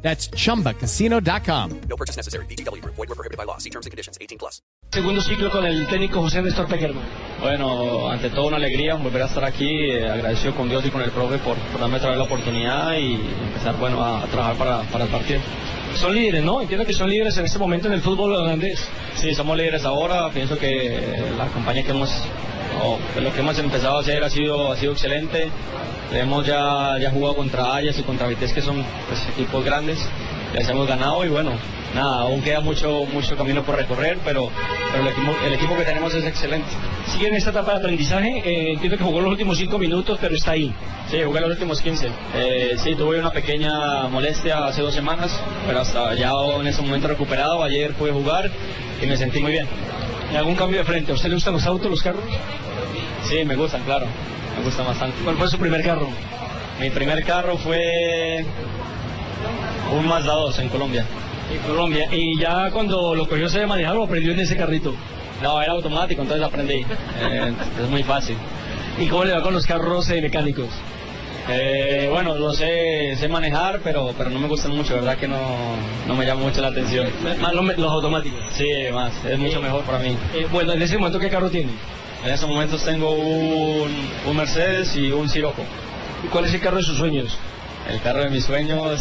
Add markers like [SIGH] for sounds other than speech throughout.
That's chumbacasino.com. No purchase necessary. BGW. Void were prohibited by law. See terms and conditions. 18 plus. Segundo ciclo con el técnico José Néstor Peckerman. Bueno, ante todo una alegría volver a estar aquí, eh, agradecido con Dios y con el profe por, por darme otra vez la oportunidad y empezar bueno, a, a trabajar para, para el partido. Son líderes, ¿no? Entiendo que son líderes en este momento en el fútbol holandés. Sí, somos líderes ahora, pienso que eh, la campaña que hemos, o que lo que hemos empezado a hacer ha sido, ha sido excelente, hemos ya, ya jugado contra Ayas y contra Vitesse que son pues, equipos grandes, les hemos ganado y bueno, nada, aún queda mucho, mucho camino por recorrer, pero, pero el, equipo, el equipo que tenemos es excelente. Sigue en esta etapa de aprendizaje. eh, entiendo que jugó los últimos cinco minutos, pero está ahí. Sí, jugué los últimos 15. Eh, sí, tuve una pequeña molestia hace dos semanas, pero hasta ya en ese momento recuperado. Ayer pude jugar y me sentí muy bien. ¿Y algún cambio de frente? ¿A usted le gustan los autos, los carros? Sí, me gustan, claro. Me gustan bastante. ¿Cuál fue su primer carro? Mi primer carro fue un Mazda 2 en Colombia. En Colombia. ¿Y ya cuando lo cogió se manejar lo aprendió en ese carrito? No, era automático, [LAUGHS] entonces aprendí. Eh, es muy fácil. ¿Y cómo le va con los carros eh, mecánicos? Eh, bueno, lo sé, sé manejar, pero, pero no me gustan mucho, la verdad que no, no me llama mucho la atención. Más los, me- los automáticos. Sí, más, es mucho mejor para mí. Eh, bueno, en ese momento, ¿qué carro tiene? En estos momentos tengo un, un Mercedes y un Siroco. ¿Y cuál es el carro de sus sueños? El carro de mis sueños,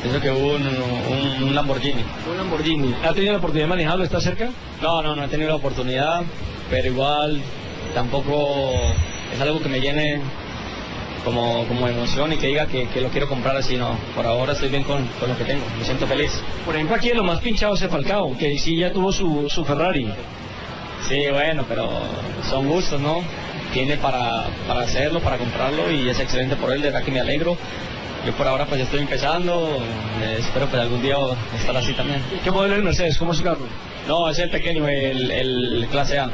pienso que un, un, un Lamborghini. Un Lamborghini. ¿Ha tenido la oportunidad de manejarlo? ¿Está cerca? No, no, no he tenido la oportunidad, pero igual tampoco es algo que me llene como, como emoción y que diga que, que lo quiero comprar así, no. Por ahora estoy bien con, con lo que tengo, me siento feliz. Por ejemplo, aquí lo más pinchado es el Falcao, que sí ya tuvo su, su Ferrari. Sí, bueno, pero son gustos, ¿no? Tiene para, para hacerlo, para comprarlo y es excelente por él, de verdad que me alegro. Yo por ahora pues estoy empezando, eh, espero pues algún día estar así también. ¿Qué modelo es el Mercedes? ¿Cómo es su carro? No, es el pequeño, el, el clase A.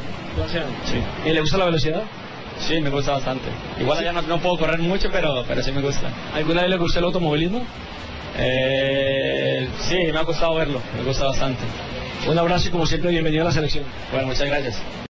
Sí. ¿Y le gusta la velocidad? sí, me gusta bastante. Igual allá no, no puedo correr mucho, pero, pero sí me gusta. ¿Alguna vez le gustó el automovilismo? Eh, sí, me ha gustado verlo, me gusta bastante. Un abrazo y como siempre bienvenido a la selección. Bueno, muchas gracias.